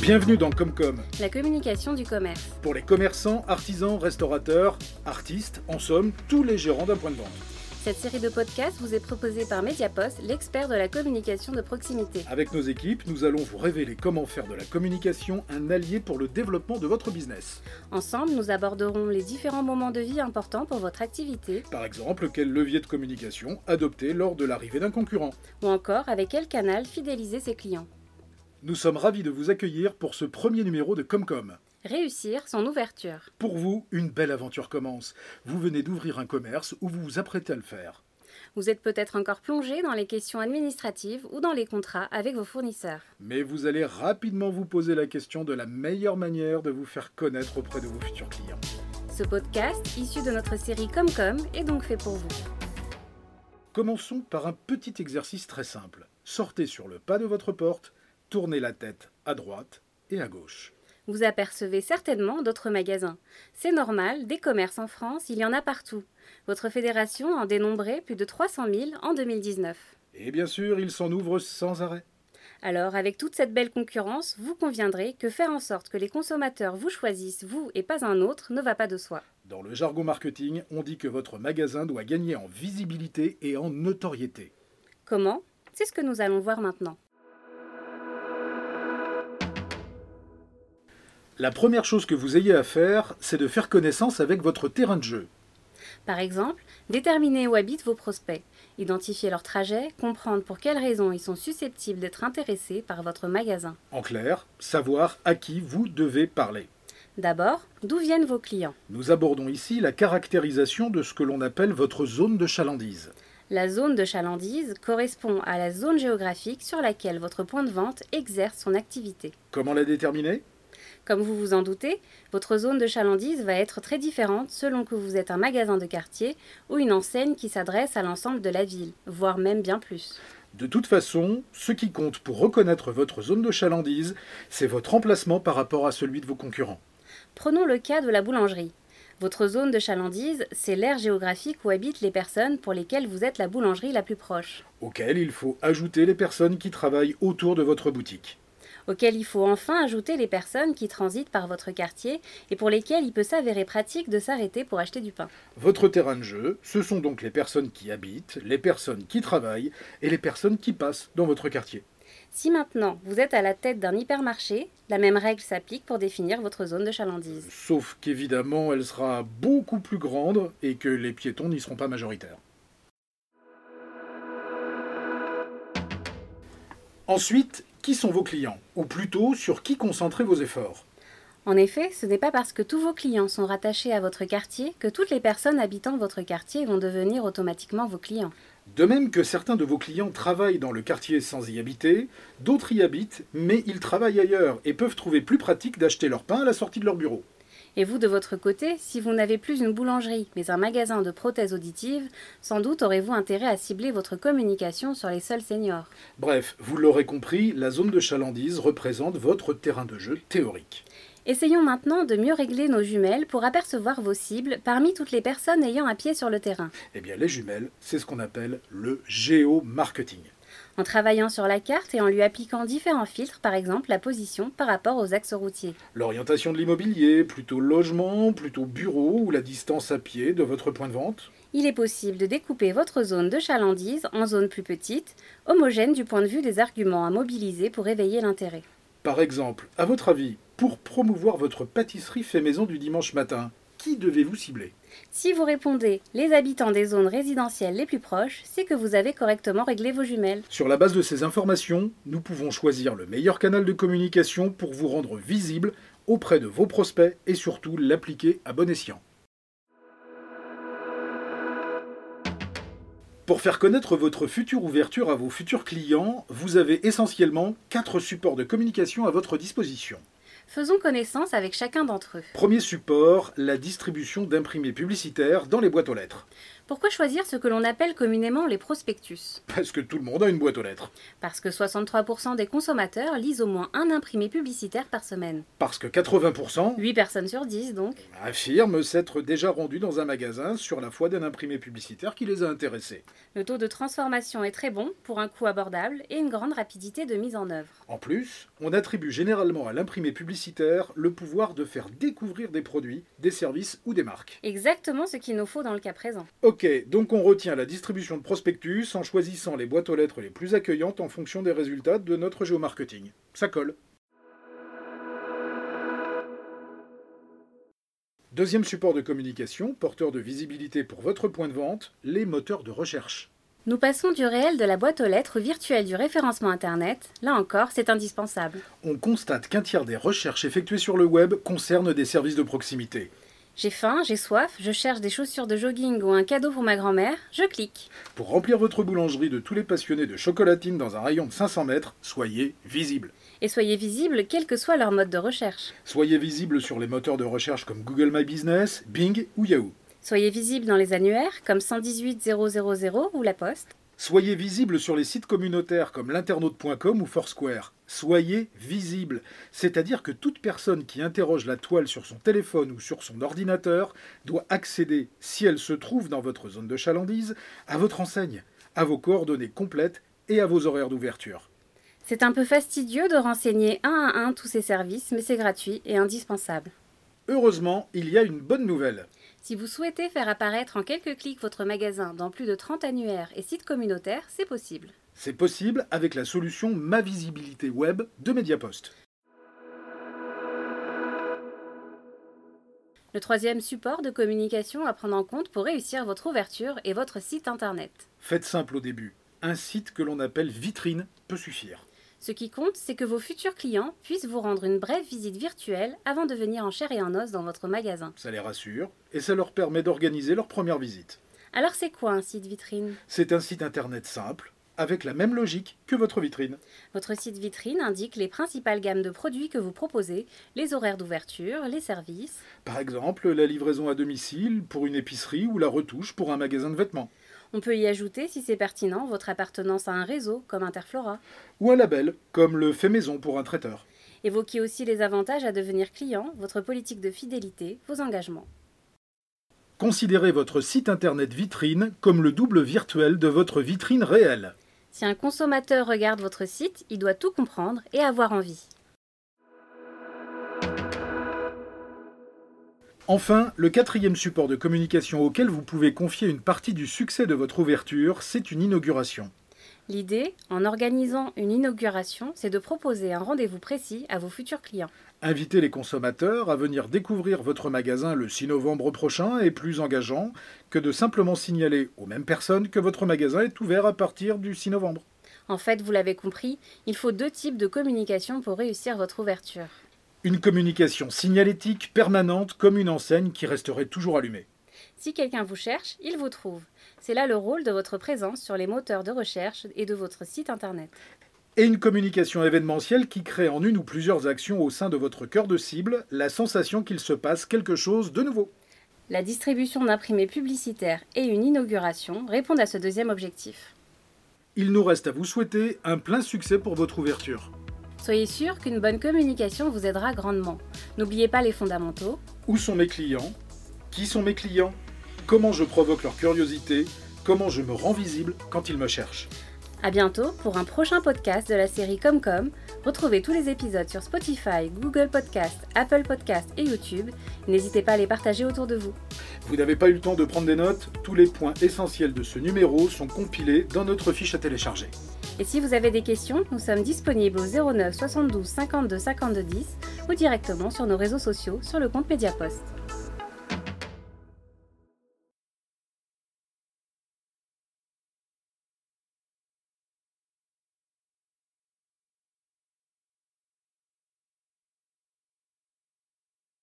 Bienvenue dans Comcom, La communication du commerce. pour les commerçants, artisans, restaurateurs, artistes, en somme, tous les gérants d'un point de vente. Cette série de podcasts vous est proposée par Mediapost, l'expert de la communication de proximité. Avec nos équipes, nous allons vous révéler comment faire de la communication un allié pour le développement de votre business. Ensemble, nous aborderons les différents moments de vie importants pour votre activité, Par exemple, quel levier de communication adopter lors de l'arrivée d'un concurrent. ou encore avec quel canal fidéliser ses clients. Nous sommes ravis de vous accueillir pour ce premier numéro de Comcom. Réussir son ouverture. Pour vous, une belle aventure commence. Vous venez d'ouvrir un commerce ou vous vous apprêtez à le faire. Vous êtes peut-être encore plongé dans les questions administratives ou dans les contrats avec vos fournisseurs. Mais vous allez rapidement vous poser la question de la meilleure manière de vous faire connaître auprès de vos futurs clients. Ce podcast, issu de notre série Comcom, est donc fait pour vous. Commençons par un petit exercice très simple. Sortez sur le pas de votre porte, tournez la tête à droite et à gauche. Vous apercevez certainement d'autres magasins. C'est normal, des commerces en France, il y en a partout. Votre fédération en dénombrait plus de 300 000 en 2019. Et bien sûr, il s'en ouvre sans arrêt. Alors, avec toute cette belle concurrence, vous conviendrez que faire en sorte que les consommateurs vous choisissent, vous et pas un autre, ne va pas de soi. Dans le jargon marketing, on dit que votre magasin doit gagner en visibilité et en notoriété. Comment C'est ce que nous allons voir maintenant. La première chose que vous ayez à faire, c'est de faire connaissance avec votre terrain de jeu. Par exemple, déterminer où habitent vos prospects, identifier leur trajet, comprendre pour quelles raisons ils sont susceptibles d'être intéressés par votre magasin. En clair, savoir à qui vous devez parler. D'abord, d'où viennent vos clients Nous abordons ici la caractérisation de ce que l'on appelle votre zone de chalandise. La zone de chalandise correspond à la zone géographique sur laquelle votre point de vente exerce son activité. Comment la déterminer Comme vous vous en doutez, votre zone de chalandise va être très différente selon que vous êtes un magasin de quartier ou une enseigne qui s'adresse à l'ensemble de la ville, voire même bien plus. De toute façon, ce qui compte pour reconnaître votre zone de chalandise, c'est votre emplacement par rapport à celui de vos concurrents. Prenons le cas de la boulangerie. Votre zone de chalandise, c'est l'aire géographique où habitent les personnes pour lesquelles vous êtes la boulangerie la plus proche, auquel il faut ajouter les personnes qui travaillent autour de votre boutique. auxquelles il faut enfin ajouter les personnes qui transitent par votre quartier et pour lesquelles il peut s'avérer pratique de s'arrêter pour acheter du pain. Votre terrain de jeu, ce sont donc les personnes qui habitent, les personnes qui travaillent et les personnes qui passent dans votre quartier. Si maintenant vous êtes à la tête d'un hypermarché, la même règle s'applique pour définir votre zone de chalandise. Sauf qu'évidemment, elle sera beaucoup plus grande et que les piétons n'y seront pas majoritaires. Ensuite, qui sont vos clients Ou plutôt, sur qui concentrer vos efforts En effet, ce n'est pas parce que tous vos clients sont rattachés à votre quartier que toutes les personnes habitant votre quartier vont devenir automatiquement vos clients. De même que certains de vos clients travaillent dans le quartier sans y habiter, d'autres y habitent, mais ils travaillent ailleurs et peuvent trouver plus pratique d'acheter leur pain à la sortie de leur bureau. Et vous, de votre côté, si vous n'avez plus une boulangerie mais un magasin de prothèses auditives, sans doute aurez-vous intérêt à cibler votre communication sur les seuls seniors. Bref, vous l'aurez compris, la zone de chalandise représente votre terrain de jeu théorique. Essayons maintenant de mieux régler nos jumelles pour apercevoir vos cibles parmi toutes les personnes ayant un pied sur le terrain. Eh bien, les jumelles, c'est ce qu'on appelle le géomarketing. en travaillant sur la carte et en lui appliquant différents filtres, par exemple la position par rapport aux axes routiers. L'orientation de l'immobilier, plutôt logement, plutôt bureau ou la distance à pied de votre point de vente. Il est possible de découper votre zone de chalandise en zones plus petites, homogènes du point de vue des arguments à mobiliser pour éveiller l'intérêt. Par exemple, à votre avis, pour promouvoir votre pâtisserie fait maison du dimanche matin, qui devez-vous cibler Si vous répondez les habitants des zones résidentielles les plus proches, c'est que vous avez correctement réglé vos jumelles. Sur la base de ces informations, nous pouvons choisir le meilleur canal de communication pour vous rendre visible auprès de vos prospects et surtout l'appliquer à bon escient. Pour faire connaître votre future ouverture à vos futurs clients, vous avez essentiellement quatre supports de communication à votre disposition. Faisons connaissance avec chacun d'entre eux. Premier support, la distribution d'imprimés publicitaires dans les boîtes aux lettres. Pourquoi choisir ce que l'on appelle communément les prospectus Parce que tout le monde a une boîte aux lettres. Parce que 63% des consommateurs lisent au moins un imprimé publicitaire par semaine. Parce que 80% 8 personnes sur 10 donc. affirment s'être déjà rendus dans un magasin sur la foi d'un imprimé publicitaire qui les a intéressés. Le taux de transformation est très bon pour un coût abordable et une grande rapidité de mise en œuvre. En plus, on attribue généralement à l'imprimé publicitaire le pouvoir de faire découvrir des produits, des services ou des marques. Exactement ce qu'il nous faut dans le cas présent. Ok, donc on retient la distribution de prospectus en choisissant les boîtes aux lettres les plus accueillantes en fonction des résultats de notre géomarketing. Ça colle. Deuxième support de communication, porteur de visibilité pour votre point de vente, les moteurs de recherche. Nous passons du réel de la boîte aux lettres au virtuel du référencement Internet. Là encore, c'est indispensable. On constate qu'un tiers des recherches effectuées sur le web concernent des services de proximité. J'ai faim, j'ai soif, je cherche des chaussures de jogging ou un cadeau pour ma grand-mère, je clique. Pour remplir votre boulangerie de tous les passionnés de chocolatine dans un rayon de 500 mètres, soyez visible. Et soyez visible quel que soit leur mode de recherche. Soyez visible sur les moteurs de recherche comme Google My Business, Bing ou Yahoo. Soyez visible dans les annuaires comme 118 000 ou La Poste. Soyez visible sur les sites communautaires comme l'internaute.com ou Foursquare. Soyez visible, c'est-à-dire que toute personne qui interroge la toile sur son téléphone ou sur son ordinateur doit accéder, si elle se trouve dans votre zone de chalandise, à votre enseigne, à vos coordonnées complètes et à vos horaires d'ouverture. C'est un peu fastidieux de renseigner un à un tous ces services, mais c'est gratuit et indispensable. Heureusement, il y a une bonne nouvelle. Si vous souhaitez faire apparaître en quelques clics votre magasin dans plus de 30 annuaires et sites communautaires, c'est possible. C'est possible avec la solution Ma Visibilité Web de Mediapost. Le troisième support de communication à prendre en compte pour réussir votre ouverture est votre site internet. Faites simple au début, un site que l'on appelle vitrine peut suffire. Ce qui compte, c'est que vos futurs clients puissent vous rendre une brève visite virtuelle avant de venir en chair et en os dans votre magasin. Ça les rassure et ça leur permet d'organiser leur première visite. Alors c'est quoi un site vitrine C'est un site internet simple, avec la même logique que votre vitrine. Votre site vitrine indique les principales gammes de produits que vous proposez, les horaires d'ouverture, les services. Par exemple, la livraison à domicile pour une épicerie ou la retouche pour un magasin de vêtements. On peut y ajouter, si c'est pertinent, votre appartenance à un réseau comme Interflora. Ou un label, comme le fait maison pour un traiteur. Évoquez aussi les avantages à devenir client, votre politique de fidélité, vos engagements. Considérez votre site internet vitrine comme le double virtuel de votre vitrine réelle. Si un consommateur regarde votre site, il doit tout comprendre et avoir envie. Enfin, le quatrième support de communication auquel vous pouvez confier une partie du succès de votre ouverture, c'est une inauguration. L'idée, en organisant une inauguration, c'est de proposer un rendez-vous précis à vos futurs clients. Invitez les consommateurs à venir découvrir votre magasin le 6 novembre prochain est plus engageant que de simplement signaler aux mêmes personnes que votre magasin est ouvert à partir du 6 novembre. En fait, vous l'avez compris, il faut deux types de communication pour réussir votre ouverture. Une communication signalétique permanente comme une enseigne qui resterait toujours allumée. Si quelqu'un vous cherche, il vous trouve. C'est là le rôle de votre présence sur les moteurs de recherche et de votre site internet. Et une communication événementielle qui crée en une ou plusieurs actions au sein de votre cœur de cible la sensation qu'il se passe quelque chose de nouveau. La distribution d'imprimés publicitaires et une inauguration répondent à ce deuxième objectif. Il nous reste à vous souhaiter un plein succès pour votre ouverture. Soyez sûr qu'une bonne communication vous aidera grandement. N'oubliez pas les fondamentaux. Où sont mes clients Qui sont mes clients Comment je provoque leur curiosité Comment je me rends visible quand ils me cherchent À bientôt pour un prochain podcast de la série Comcom. Retrouvez tous les épisodes sur Spotify, Google Podcast, Apple Podcast et YouTube. N'hésitez pas à les partager autour de vous. Vous n'avez pas eu le temps de prendre des notes Tous les points essentiels de ce numéro sont compilés dans notre fiche à télécharger. Et si vous avez des questions, nous sommes disponibles au 09 72 52 52 10 ou directement sur nos réseaux sociaux sur le compte Mediapost.